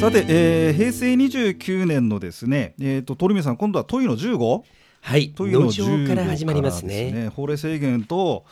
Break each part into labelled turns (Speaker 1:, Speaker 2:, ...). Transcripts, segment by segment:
Speaker 1: さて、えー、平成29年のですね、えーと、と鳥海さん、今度は問いの 15?
Speaker 2: はい
Speaker 1: 問いの
Speaker 2: 農場から始まります
Speaker 1: 15から
Speaker 2: ね
Speaker 1: で法令制限と、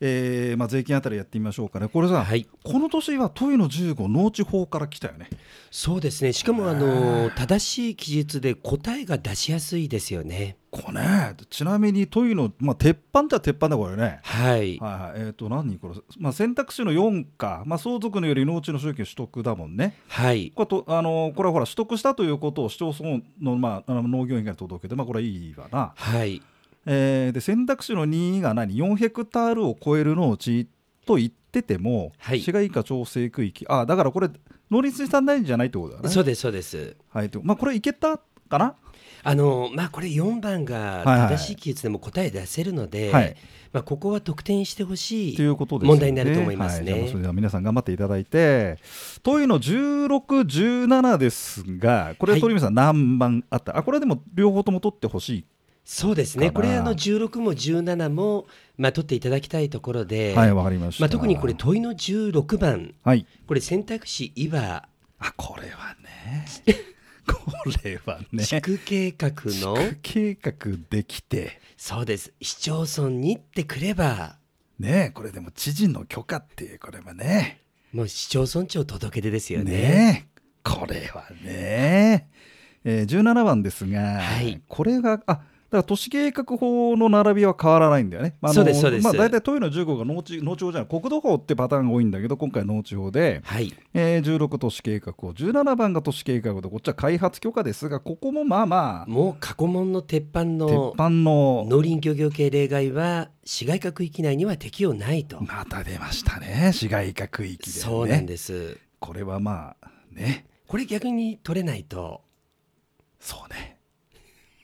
Speaker 1: えーまあ、税金あたりやってみましょうかね、これさ、
Speaker 2: はい
Speaker 1: この年は問いの15、農地法から来たよね。
Speaker 2: そうですねしかもあの正しい記述で答えが出しやすいですよね
Speaker 1: これね、ちなみに問いの、まあ、鉄板っては鉄板だ、これね。は
Speaker 2: はい
Speaker 1: いはいえー、と何これ、まあ、選択肢の4か、まあ、相続のより農地の所有権取得だもんね、
Speaker 2: はい
Speaker 1: これとあのこれはほら取得したということを市町村の,、まあ、あの農業委員会に届けて、まあ、これはいいわな、
Speaker 2: はい
Speaker 1: えーで選択肢の2が何4ヘクタールを超える農地と言ってても、
Speaker 2: はい
Speaker 1: 市街化調整区域あだからこれ農林水産大臣じゃないってことだね
Speaker 2: そうですそうです
Speaker 1: はいとまあ、これいけたかな、
Speaker 2: あのまあこれ4番が
Speaker 1: はいはい
Speaker 2: 正しい記述でも答え出せるので、
Speaker 1: はい
Speaker 2: まあここは得点してほしい
Speaker 1: ということですよね
Speaker 2: 問題になると思いますね。
Speaker 1: はじゃあそれでは皆さん頑張っていただいてというの16、17ですがこれは鳥海さん何番あった、あこれでも両方とも取ってほしい、
Speaker 2: そうです
Speaker 1: か
Speaker 2: ね。
Speaker 1: な
Speaker 2: これあの16も17もまあ取っていただきたいところで、
Speaker 1: はいわかりました、
Speaker 2: まあ特にこれ問いの16番、
Speaker 1: はい
Speaker 2: これ選択肢いわ
Speaker 1: あこれは ねこれはね
Speaker 2: 地区計画の、
Speaker 1: 計画できて
Speaker 2: そうです市町村にってくれば
Speaker 1: ねえこれでも知事の許可っていうこれはね
Speaker 2: もう市町村長届け出ですよね。
Speaker 1: ねえこれはねえー、17番ですが、
Speaker 2: はい
Speaker 1: これがあだから都市計画法の並びは変わらないんだよね。まああの
Speaker 2: そうですそうです
Speaker 1: まあ、大体都市の15が農地農地法じゃない国土法ってパターンが多いんだけど今回農地法で、
Speaker 2: はい。
Speaker 1: えー、16都市計画法17番が都市計画でこっちは開発許可ですがここもまあまあ
Speaker 2: もう過去問の鉄板
Speaker 1: 鉄
Speaker 2: の
Speaker 1: 板の
Speaker 2: 農林漁業系例外は市街化区域内には適用ないと。
Speaker 1: また出ましたね市街化区域で、ね、
Speaker 2: そうなんです。
Speaker 1: これはまあね
Speaker 2: これ逆に取れないと。
Speaker 1: そうね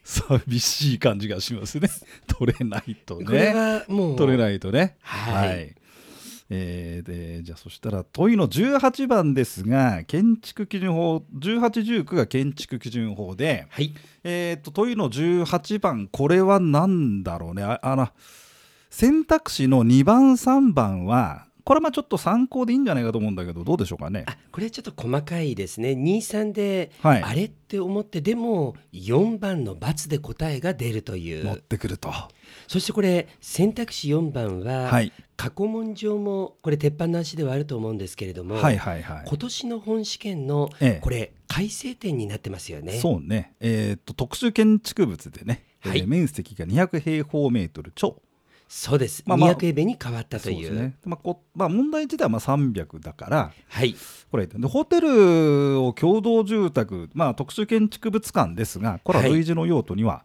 Speaker 1: 寂しい感じがします ね取れないと
Speaker 2: これ
Speaker 1: ね
Speaker 2: はもう。
Speaker 1: 取れ
Speaker 2: い。
Speaker 1: ないとね
Speaker 2: はい
Speaker 1: えーでじゃあそしたら問いの18番ですが建築基準法1819が建築基準法で、
Speaker 2: はい。
Speaker 1: えー、と問いの18番これは何だろうねああの選択肢の2番3番はこれはまあちょっと参考でいいんじゃないかと思うんだけどどうでしょうかね
Speaker 2: あ、これちょっと細かいですね。2、3で、
Speaker 1: はい
Speaker 2: あれって思って、でも4番の×で答えが出るとい
Speaker 1: 持っ
Speaker 2: う。
Speaker 1: てくるとは
Speaker 2: そしてこれ、選択肢4番は、
Speaker 1: い
Speaker 2: 過去問上も、これ鉄板の足ではあると思うんですけれども、
Speaker 1: はいはいはい
Speaker 2: 今年の本試験の、
Speaker 1: ええ
Speaker 2: これ、改正点になってますよね。
Speaker 1: そうね、えー、と特殊建築物でね、えー
Speaker 2: はい
Speaker 1: 面積が200平方メートル超
Speaker 2: そうです。
Speaker 1: まあまあ
Speaker 2: 200英米に変わったと
Speaker 1: そう
Speaker 2: い
Speaker 1: で
Speaker 2: う。
Speaker 1: すね、まあこまあ、問題自体はまあ300だから
Speaker 2: はい。
Speaker 1: これでホテルを共同住宅、まあ、特殊建築物館ですがこれは
Speaker 2: はい
Speaker 1: 類似の用途には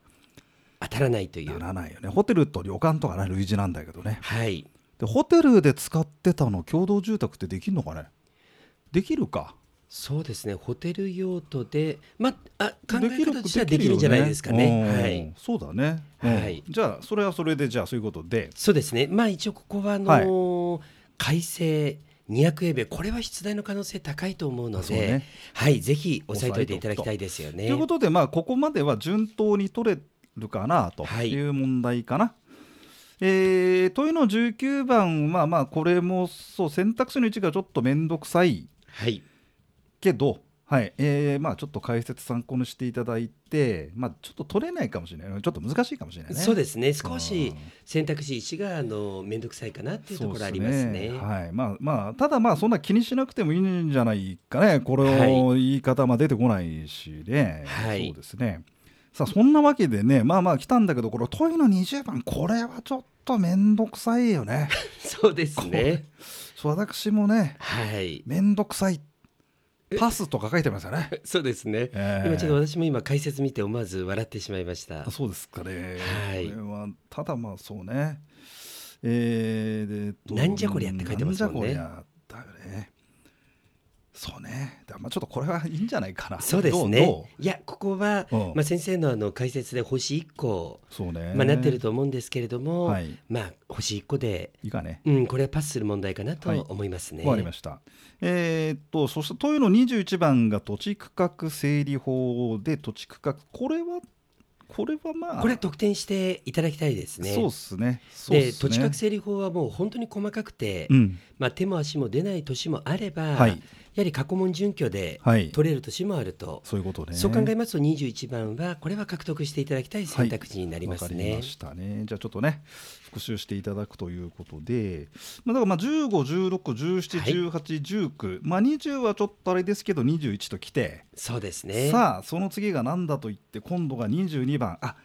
Speaker 2: 当たらないとい
Speaker 1: な
Speaker 2: う。
Speaker 1: らないよね、ホテルと旅館とかね類似なんだけどね
Speaker 2: はい。
Speaker 1: でホテルで使ってたの共同住宅ってできるのかねできるか
Speaker 2: そうですね。ホテル用途で、まあ、考
Speaker 1: で
Speaker 2: え
Speaker 1: きる
Speaker 2: 方としては
Speaker 1: で
Speaker 2: で
Speaker 1: きるよね
Speaker 2: きるんじゃないですかね。
Speaker 1: うん
Speaker 2: はい。
Speaker 1: そうだね、うん
Speaker 2: はい
Speaker 1: じゃあそれはそれでじゃあそういうことで
Speaker 2: そうですね。まあ、一応ここは、あのー改正200英米、これは出題の可能性高いと思うの
Speaker 1: そ
Speaker 2: で、
Speaker 1: うね
Speaker 2: はい、ぜひ押さえておいていただきたいですよね。
Speaker 1: ということで、まあ、ここまでは順当に取れるかなと
Speaker 2: はい
Speaker 1: いう問題かな。えー問いの19番、まあまあ、これもそう選択肢の1がちょっと面倒くさい
Speaker 2: はい。
Speaker 1: けど、はいえーまあ、ちょっと解説参考にしていただいて、まあ、ちょっと取れないかもしれない、ちょっと難しいかもしれないね。
Speaker 2: そう
Speaker 1: す
Speaker 2: ですね。少し選択肢1が、あの、めんどくさいかなっていうところありますね。
Speaker 1: はいまあまあ、ただ、まあそんな気にしなくてもいいんじゃないかね、これを
Speaker 2: は
Speaker 1: 言い方も出てこないしね、
Speaker 2: はい
Speaker 1: そうですね。さあそんなわけでね、まあまあ来たんだけど、これ、問いの20番、これはちょっとめんどくさいよ ね。
Speaker 2: そうですね。
Speaker 1: そう私もね、
Speaker 2: はい。
Speaker 1: めんどくさい、パスとか書いてますよね。
Speaker 2: そうですね。
Speaker 1: えー
Speaker 2: 今ちょっと私も今解説見て思わず笑ってしまいました
Speaker 1: あ。そうですかね。
Speaker 2: はい
Speaker 1: これはただまあそうね。えー、でえっと
Speaker 2: なんじゃこりゃって書いてますもん
Speaker 1: なん
Speaker 2: ね
Speaker 1: じゃこりゃだよね。そうね。だからまあちょっとこれはいいんじゃないかな。
Speaker 2: そうです
Speaker 1: どう
Speaker 2: ね
Speaker 1: ど。
Speaker 2: いやここは、
Speaker 1: うん
Speaker 2: まあ先生のあの解説で星一個、
Speaker 1: うそうね。
Speaker 2: まあなってると思うんですけれども、
Speaker 1: はい。い
Speaker 2: まあ星一個で、
Speaker 1: いかね。
Speaker 2: うんこれはパスする問題かなと
Speaker 1: はい
Speaker 2: 思いますね。
Speaker 1: わかりました。えーっとそして問いの21番が土地区画整理法で土地区画これはこれはまあ
Speaker 2: これは得点していただきたいですね。
Speaker 1: そうっすね。そうっすね
Speaker 2: で土地格整理法はもう本当に細かくて、
Speaker 1: うん
Speaker 2: まあ手も足も出ない年もあれば、
Speaker 1: はい
Speaker 2: やはり過去問準拠で
Speaker 1: はい
Speaker 2: 取れる年もあると、
Speaker 1: そういうことね
Speaker 2: そう考えますと21番はこれは獲得していただきたい選択肢になります
Speaker 1: わかり
Speaker 2: ね
Speaker 1: ま。したね。じゃあちょっとね復習していただくということで、まあだからまあ15、16、17、18、19、まあ20はちょっとあれですけど21ときて、
Speaker 2: そうですね。
Speaker 1: さあその次が何だと言って今度が22番。あ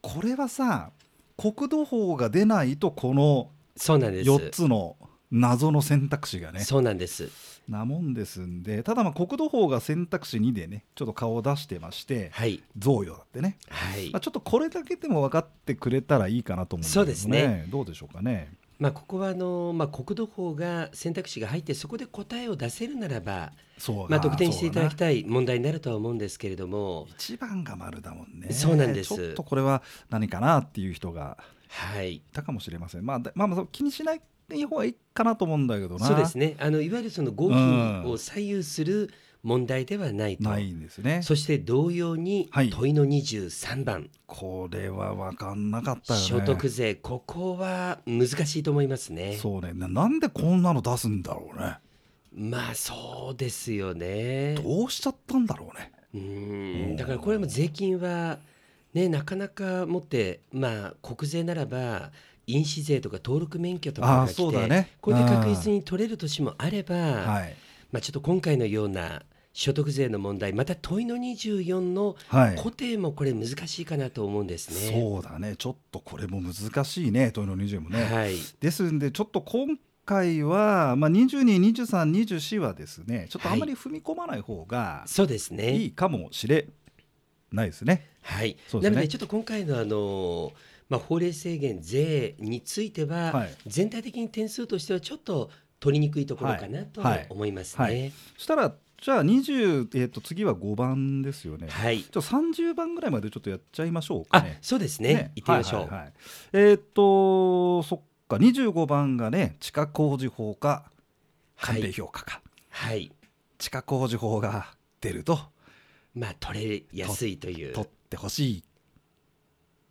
Speaker 1: これはさ国土法が出ないとこの
Speaker 2: そうなんです。
Speaker 1: 4つの謎の選択肢がね
Speaker 2: そうなんです。
Speaker 1: なもんですんでただまあ国土法が選択肢2でねちょっと顔を出してまして
Speaker 2: はい
Speaker 1: 贈与だってね
Speaker 2: はい
Speaker 1: まあ、。ちょっとこれだけでも分かってくれたらいいかなと思うんだけど、ね、
Speaker 2: そうですね
Speaker 1: どうでしょうかね。
Speaker 2: まあここはあのまあ国土法が選択肢が入ってそこで答えを出せるならば、
Speaker 1: そう
Speaker 2: まあ得点していただき
Speaker 1: い。
Speaker 2: たい問題になるとは思うんですけれども、
Speaker 1: 一番が丸だもんね。
Speaker 2: そうなんです
Speaker 1: ちょっとこれは何かなっていう人が
Speaker 2: はい。
Speaker 1: いたかもしれません。まあ、でまあ、まあそう気にしない方がいいかなと思うんだけどな。
Speaker 2: そうですね。あのいわゆるその合金を左右する問題ではないと。
Speaker 1: ないんですね。
Speaker 2: そして同様に
Speaker 1: はい
Speaker 2: 問いの23番、
Speaker 1: これは分かんなかったよね。
Speaker 2: 所得税ここは難しいと思いますね。
Speaker 1: そうねな。なんでこんなの出すんだろうね。
Speaker 2: まあそうですよね。
Speaker 1: どうしちゃったんだろうね。
Speaker 2: う
Speaker 1: うん
Speaker 2: んだからこれも税金は、ね、なかなか持って、まあ、国税ならば印紙税とか登録免許とか
Speaker 1: あ
Speaker 2: が
Speaker 1: ー
Speaker 2: 来て
Speaker 1: そうだね
Speaker 2: これで確
Speaker 1: うん
Speaker 2: 実に取れる年もあれば、
Speaker 1: はい。
Speaker 2: まあ、ちょっと今回のような所得税の問題また問いの24の
Speaker 1: はい。
Speaker 2: 固定もこれ難しいかなと思うんですね。
Speaker 1: そうだね。ちょっとこれも難しいね。問いの20もね。
Speaker 2: はい、
Speaker 1: ですんでちょっと今回は、まあ、222324はですねちょっとあんまり踏み込まない方が
Speaker 2: そうですね
Speaker 1: いいかもしれないですね。
Speaker 2: はい、
Speaker 1: そうです
Speaker 2: な
Speaker 1: ね
Speaker 2: のでちょっと今回のあの、まあ、法令制限税については、
Speaker 1: はい
Speaker 2: 全体的に点数としてはちょっと取りにくいところかなとは
Speaker 1: はい
Speaker 2: 思います
Speaker 1: はい
Speaker 2: ね。
Speaker 1: そしたらじゃあ20、えー、と次は5番ですよね。
Speaker 2: はい、
Speaker 1: ちょっと30番ぐらいまでちょっとやっちゃいましょうか
Speaker 2: あ
Speaker 1: ね。
Speaker 2: そうですね行ってみましょう。
Speaker 1: はいはいはいえーっとそっか25番がね地価工事法か鑑定評価か、
Speaker 2: はい
Speaker 1: 地価工事法が出ると
Speaker 2: まあ取れやすいという
Speaker 1: 取ってほしい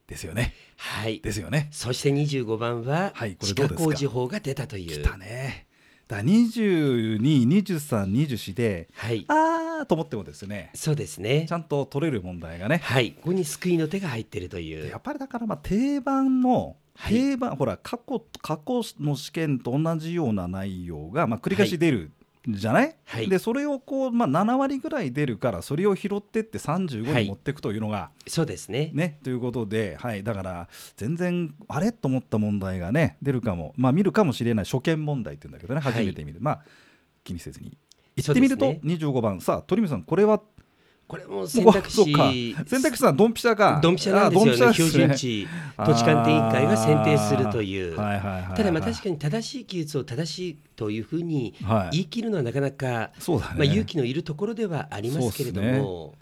Speaker 1: ですよね。
Speaker 2: はい
Speaker 1: ですよね。
Speaker 2: そして25番は
Speaker 1: はいこれ
Speaker 2: 地
Speaker 1: どう
Speaker 2: 下
Speaker 1: ですか
Speaker 2: 工事法が出たとい
Speaker 1: 来
Speaker 2: う、
Speaker 1: たねだ222324で
Speaker 2: はい
Speaker 1: あーと思ってもですね
Speaker 2: そうですね
Speaker 1: ちゃんと取れる問題がね
Speaker 2: はいここに救いの手が入ってるという
Speaker 1: やっぱりだからまあ定番の
Speaker 2: はい
Speaker 1: 定番、ほら過去過去の試験と同じような内容が、まあ、繰り返し出るじゃない、
Speaker 2: はい
Speaker 1: でそれをこう、まあ、7割ぐらい出るからそれを拾ってって35
Speaker 2: は
Speaker 1: に
Speaker 2: い
Speaker 1: 持っていくというのが、
Speaker 2: そうですね
Speaker 1: ね、ということで、はい、だから全然あれと思った問題がね出るかも、まあ、見るかもしれない初見問題っていうんだけどね
Speaker 2: はい
Speaker 1: 初めて見る、まあ気にせずに行ってみると、
Speaker 2: そうです
Speaker 1: 25番さあ鳥海さんこれは
Speaker 2: これも
Speaker 1: も
Speaker 2: 選
Speaker 1: う
Speaker 2: 択
Speaker 1: そうか
Speaker 2: 肢
Speaker 1: 選択肢さんドンピシャか
Speaker 2: ドンピシャなんですよね
Speaker 1: あードンピシ
Speaker 2: 標
Speaker 1: ャ
Speaker 2: 準
Speaker 1: ですね
Speaker 2: 値土地鑑定委員会が選定するという、
Speaker 1: あーはいはいはいはい、
Speaker 2: ただまあ確
Speaker 1: か
Speaker 2: かに正しい技術を正しいというふうに
Speaker 1: に、はい、
Speaker 2: 言い切るのはなかなか、
Speaker 1: そうだね、
Speaker 2: まあ、勇気のいるところではありますけれども、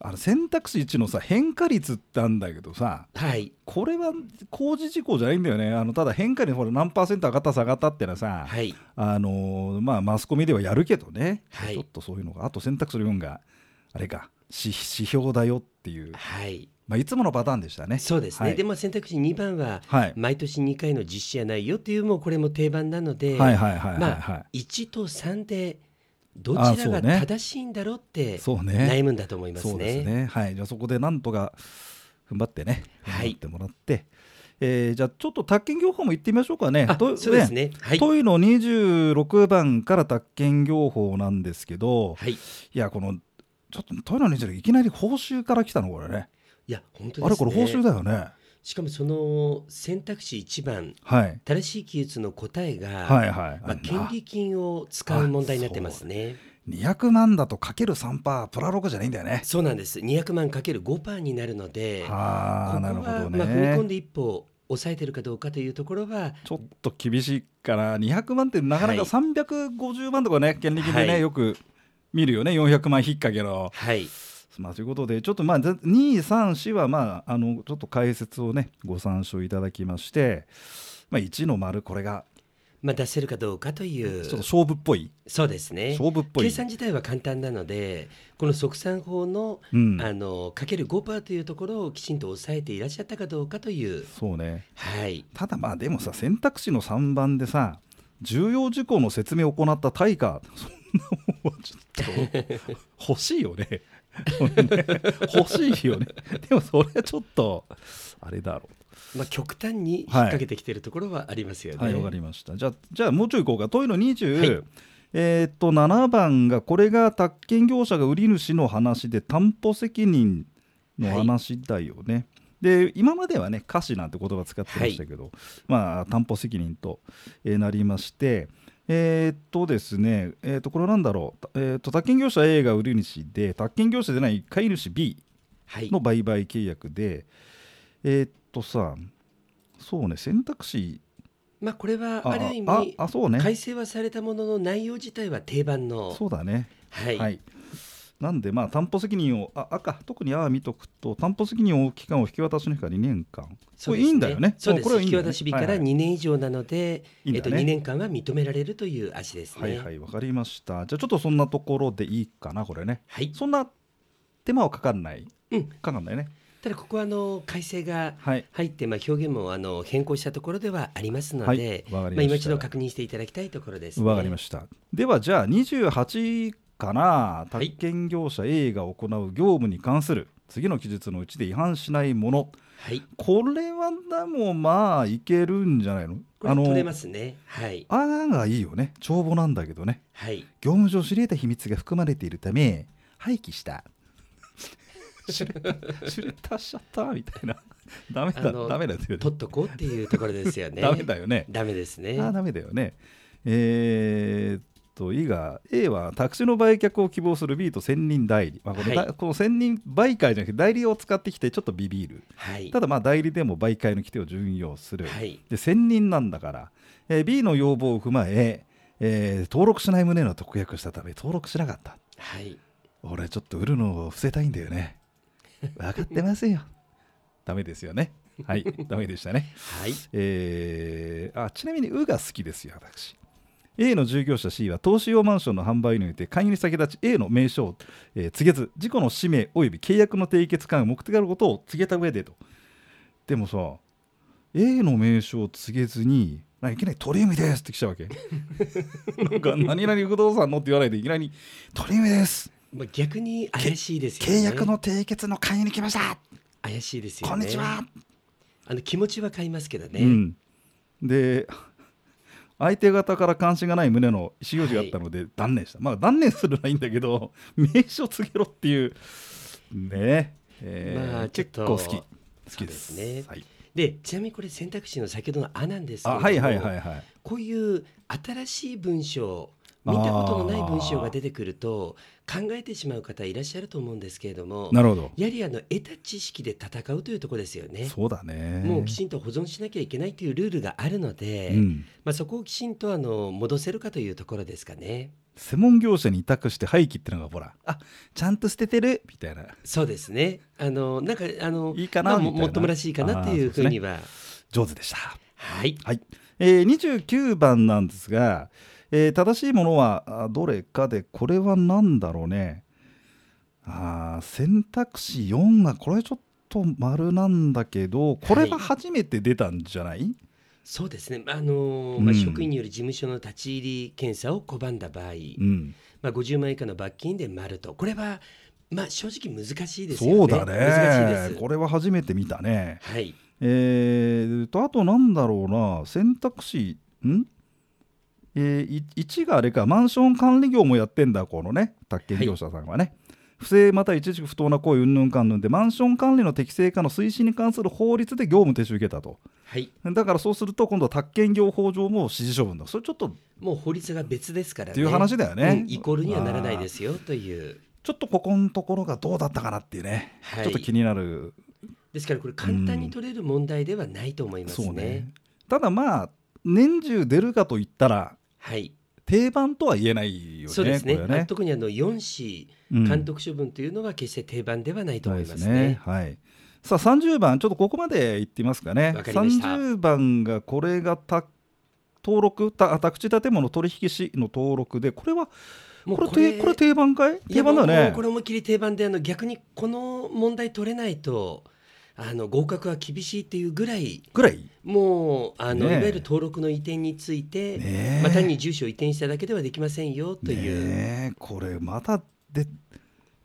Speaker 1: あの選択肢1のさ変化率ってあるんだけどさ
Speaker 2: はい
Speaker 1: これは工事事項じゃないんだよねあのただ変化率ほら何パーセント上がった下がったってのはさ、
Speaker 2: はい
Speaker 1: あのーまあ、マスコミではやるけどね、
Speaker 2: はい
Speaker 1: ちょっとそういうのがあと選択する4があれか指指標だよっていう、
Speaker 2: はい
Speaker 1: まあ、いつものパターンでしたね。
Speaker 2: そうですね、
Speaker 1: はい
Speaker 2: でまあ選択肢2番は
Speaker 1: はい、
Speaker 2: 毎年2回の実施やないよというもうこれも定番なので、
Speaker 1: はいはいはいはい
Speaker 2: ま
Speaker 1: は
Speaker 2: あ1と3でど
Speaker 1: あ
Speaker 2: ち
Speaker 1: そ
Speaker 2: ら
Speaker 1: う
Speaker 2: が
Speaker 1: ね
Speaker 2: 正しいんだろうっ
Speaker 1: い
Speaker 2: て
Speaker 1: そうね
Speaker 2: 悩むんだと思います
Speaker 1: そうです
Speaker 2: ね。
Speaker 1: ね、はい、じゃあそこでなんとか踏ん張ってね
Speaker 2: は
Speaker 1: 頑
Speaker 2: い
Speaker 1: 張ってもらって、えーじゃあちょっと宅建業法も行ってみましょうかね。
Speaker 2: あ
Speaker 1: と
Speaker 2: そうですねはい、
Speaker 1: 問いの26番から宅建業法なんですけど、
Speaker 2: はい、い
Speaker 1: いやこのちょっと問いの26いきなり報酬から来たのこれね
Speaker 2: や本当ですね
Speaker 1: あれこれ報酬だよね。
Speaker 2: しかもその選択肢1番
Speaker 1: はい。
Speaker 2: 正しい記述の答えが、
Speaker 1: はいはい。
Speaker 2: まあ、権利金を使う問題になってますね。
Speaker 1: 200万だとかける3パープラ6じゃないんだよね。
Speaker 2: そうなんです。200万かける5パーになるので、ここ
Speaker 1: ああ、
Speaker 2: は
Speaker 1: なるほど
Speaker 2: まあ踏み込ん
Speaker 1: ね。
Speaker 2: で一歩抑えてるかどうかというところは、
Speaker 1: ちょっと厳しいから200万ってなかなか
Speaker 2: はい
Speaker 1: 350万とかね権利金でね、
Speaker 2: はい
Speaker 1: よく見るよね400万引っ掛けの。
Speaker 2: はい、
Speaker 1: まあ、ということでちょっとまあ234はまああのちょっと解説をねご参照いただきまして、まあ、1の丸これが
Speaker 2: まあ出せるかどうかとい
Speaker 1: ちょ
Speaker 2: う
Speaker 1: っ、と勝負っぽい
Speaker 2: そうですね。
Speaker 1: 勝負っぽい
Speaker 2: 計算自体は簡単なので、この即算法の、
Speaker 1: うん、
Speaker 2: あのかける5パーというところをきちんと抑えていらっしゃったかどうかという、
Speaker 1: そうね
Speaker 2: はい、
Speaker 1: ただまあでもさ選択肢の3番でさ重要事項の説明を行った対価そんもんはちょっと欲しいよね欲しいよねでもそれはちょっとあれだろ
Speaker 2: まあ、極端に引っ掛けてきてるところはありますよ
Speaker 1: う
Speaker 2: ね。
Speaker 1: はいわかりましたじゃあじゃあもうちょい行こうか問いの20、
Speaker 2: はい
Speaker 1: えーっと7番がこれが宅建業者が売り主の話で担保責任の話だよね、で今まではね貸しなんて言葉使ってましたけど、まあ担保責任と、えーなりましてえーっとですね、えーっとこれなんだろう、えーっと宅建業者 A が売り主で宅建業者でない買い主 B
Speaker 2: はい
Speaker 1: の売買契約で、えーっとさそうね選択肢
Speaker 2: まあ、これはある意
Speaker 1: あ
Speaker 2: 味
Speaker 1: あそうね
Speaker 2: 改正はされたものの内容自体は定番の、
Speaker 1: そうだね
Speaker 2: はい
Speaker 1: はい、なんで、まあ、担保責任を、あ赤、特にああ見とくと、担保責任を負う期間を引き渡しの日から2年間、
Speaker 2: そう
Speaker 1: これ
Speaker 2: で
Speaker 1: い
Speaker 2: す
Speaker 1: いんだよね
Speaker 2: そうです
Speaker 1: もうこれはいい
Speaker 2: 引
Speaker 1: ん
Speaker 2: き
Speaker 1: だよね
Speaker 2: 渡し日か
Speaker 1: はい
Speaker 2: ら
Speaker 1: はい
Speaker 2: 2年以上なので、
Speaker 1: いいん
Speaker 2: えっ
Speaker 1: だ
Speaker 2: と、
Speaker 1: ね
Speaker 2: 2年間は認められるという味ですね。
Speaker 1: はいはい、わかりました、じゃあちょっとそんなところでいいかな、これね、
Speaker 2: はい
Speaker 1: そんな手間はかかんない、
Speaker 2: うん
Speaker 1: かかんないね、
Speaker 2: ただここはあの改正が
Speaker 1: はい、
Speaker 2: 入って、まあ、表現もあの変更したところではありますので、
Speaker 1: はいわかりました
Speaker 2: まあ、今一度確認していただきたいところです、ね。
Speaker 1: わかりました、ではじゃあ28かな、
Speaker 2: はい
Speaker 1: 宅建業者 A が行う業務に関する、次の記述のうちで違反しないもの、
Speaker 2: はい、
Speaker 1: これはでもまあ、いけるんじゃないの、
Speaker 2: これ取れま
Speaker 1: の
Speaker 2: すね。はい、
Speaker 1: あがいいよね、帳簿なんだけどね。
Speaker 2: はい、
Speaker 1: 業務上知れた秘密が含まれているため廃棄した 知れた知れたしちゃったみたいな ダメ
Speaker 2: あ
Speaker 1: だ
Speaker 2: の
Speaker 1: ダメだよね
Speaker 2: 取っとこうっていうところですよ ね。
Speaker 1: ダメだよね
Speaker 2: ダメです
Speaker 1: あ
Speaker 2: ね。
Speaker 1: ーダメだよねえーっと以が A は宅地の売却を希望する B と専任代理、まあこの
Speaker 2: はい
Speaker 1: だこの専任媒介じゃなくて代理を使ってきてちょっとビビる
Speaker 2: はい。
Speaker 1: ただまあ代理でも媒介の規定を順用する、
Speaker 2: はい。
Speaker 1: で専任なんだから、えー B の要望を踏まええー登録しない旨の特約したため登録しなかった
Speaker 2: はい。
Speaker 1: 俺ちょっと売るのを伏せたいんだよね分かってますよダメですよねはいダメでしたね
Speaker 2: はい。
Speaker 1: えーあちなみに「う」が好きですよ私 A の従業者 C は投資用マンションの販売において勧誘に先立ち A の名称を、えー告げず事故の氏名及び契約の締結間目的であることを告げた上でとでもさ A の名称を告げずになんかいきなり「鳥海です」って来ちゃうわけ なんか何々不動産のって言わないでいきなり「鳥海です」
Speaker 2: まあ、逆に怪しいですよね。
Speaker 1: 契約の締結の会に来ました、
Speaker 2: 怪しいですよね。
Speaker 1: こんにちは、
Speaker 2: あの気持ちは買いますけどね。
Speaker 1: うん、で相手方から関心がない旨の意思表示があったので断念した、まあ断念するのはいいんだけど 名称告げろっていうねえー
Speaker 2: まあちょっ
Speaker 1: 結
Speaker 2: と
Speaker 1: 構好き好きです
Speaker 2: そうですね
Speaker 1: はい、
Speaker 2: で、ちなみにこれ選択肢の先ほどのあなんですけ
Speaker 1: あ
Speaker 2: れども
Speaker 1: はいはいはいはい
Speaker 2: こういう新しい文章。見たことのない文章が出てくると考えてしまう方いらっしゃると思うんですけれども
Speaker 1: なるほど
Speaker 2: やはりあの得た知識で戦うというところですよね
Speaker 1: そうだね
Speaker 2: もうきちんと保存しなきゃいけないというルールがあるので、
Speaker 1: うん、
Speaker 2: まあ、そこをきちんとあの戻せるかというところですかね。
Speaker 1: 専門業者に委託して廃棄ってのがほらあちゃんと捨ててるみたいな
Speaker 2: そうですね。あのなんかあの
Speaker 1: いいかな
Speaker 2: まあ
Speaker 1: みた
Speaker 2: も
Speaker 1: いな
Speaker 2: もっともらしいかなっていうふうには、
Speaker 1: 上手でした
Speaker 2: はい
Speaker 1: はい、えー、29番なんですが、えー正しいものはあどれかでこれは何だろうねあー選択肢4がこれちょっと丸なんだけどこれは初めて出たんじゃない、
Speaker 2: そうですね。あの
Speaker 1: う
Speaker 2: まあ
Speaker 1: ん
Speaker 2: 職員による事務所の立ち入り検査を拒んだ場合、
Speaker 1: うん、
Speaker 2: まあ50万円以下の罰金で丸とこれはまあ正直難しいですよね。
Speaker 1: そうだ
Speaker 2: 難しい
Speaker 1: ね
Speaker 2: です。
Speaker 1: これは初めて見たね
Speaker 2: はい
Speaker 1: えー、とあとなんだろうな選択肢んえー、1があれかマンション管理業もやってんだこのね宅建業者さんはね、不正または一時不当な行為うんぬんかんぬんでマンション管理の適正化の推進に関する法律で業務停止を受けたと
Speaker 2: はい。
Speaker 1: だからそうすると今度は宅建業法上も指示処分だそれちょっと
Speaker 2: もう法律が別ですからね。
Speaker 1: っていう話だよね
Speaker 2: うんイコールにはならないですよという。
Speaker 1: ちょっとここのところがどうだったかなっていうね、
Speaker 2: はい
Speaker 1: ちょっと気になる
Speaker 2: ですからこれ簡単に取れる問題ではないと思いますね。
Speaker 1: そうねただまあ年中出るかといったら
Speaker 2: はい。
Speaker 1: 定番とは言えないよね
Speaker 2: そうですね
Speaker 1: これはね
Speaker 2: あ特にあの4市
Speaker 1: うん
Speaker 2: 監督処分というのは決して定番ではないと思います
Speaker 1: そうです
Speaker 2: ね。
Speaker 1: はい。さあ30番ちょっとここまで行ってみますかね。
Speaker 2: わかりました
Speaker 1: 30番がこれがた登録た宅地建物取引士の登録でこれは
Speaker 2: も
Speaker 1: これ定これ定番かい？定番だよ
Speaker 2: いやも
Speaker 1: ね
Speaker 2: うこ。れ思いっきり定番であの逆にこの問題取れないとあの合格は厳しいっていうぐらい
Speaker 1: ぐらい
Speaker 2: もうあ
Speaker 1: ね
Speaker 2: の、
Speaker 1: え
Speaker 2: いわゆる登録の移転について、
Speaker 1: ねえ
Speaker 2: まあ、単に住所を移転しただけではできませんよという、
Speaker 1: ねえこれまたで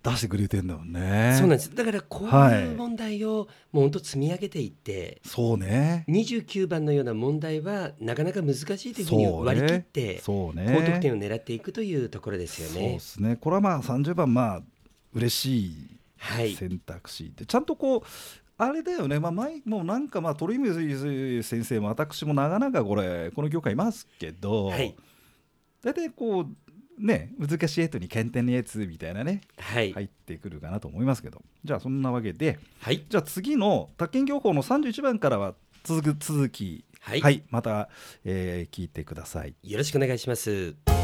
Speaker 1: 出してくれてんだもんね
Speaker 2: そうなんですだからこう
Speaker 1: はい
Speaker 2: いう問題を、もう本当積み上げていって
Speaker 1: そうね
Speaker 2: 29番のような問題はなかなか難しいというふうに
Speaker 1: そうね
Speaker 2: 割り切って、
Speaker 1: そうね
Speaker 2: 高得点を狙っていくというところですよ
Speaker 1: そうで
Speaker 2: ね。
Speaker 1: すねこれはまあ30番まあ嬉し
Speaker 2: はい
Speaker 1: い選択肢、でちゃんとこうあれだよね、まあ、前もうなんかまあ鳥海先生も私も長々これこの業界いますけど、
Speaker 2: はい
Speaker 1: 大体こうね難しいやつに検定のやつみたいなね
Speaker 2: はいは
Speaker 1: 入
Speaker 2: い、
Speaker 1: ってくるかなと思いますけどじゃあそんなわけでじゃあ次の宅建業法の31番からは続く続き
Speaker 2: はい
Speaker 1: また、えー聞いてください。
Speaker 2: よろしくお願いします。は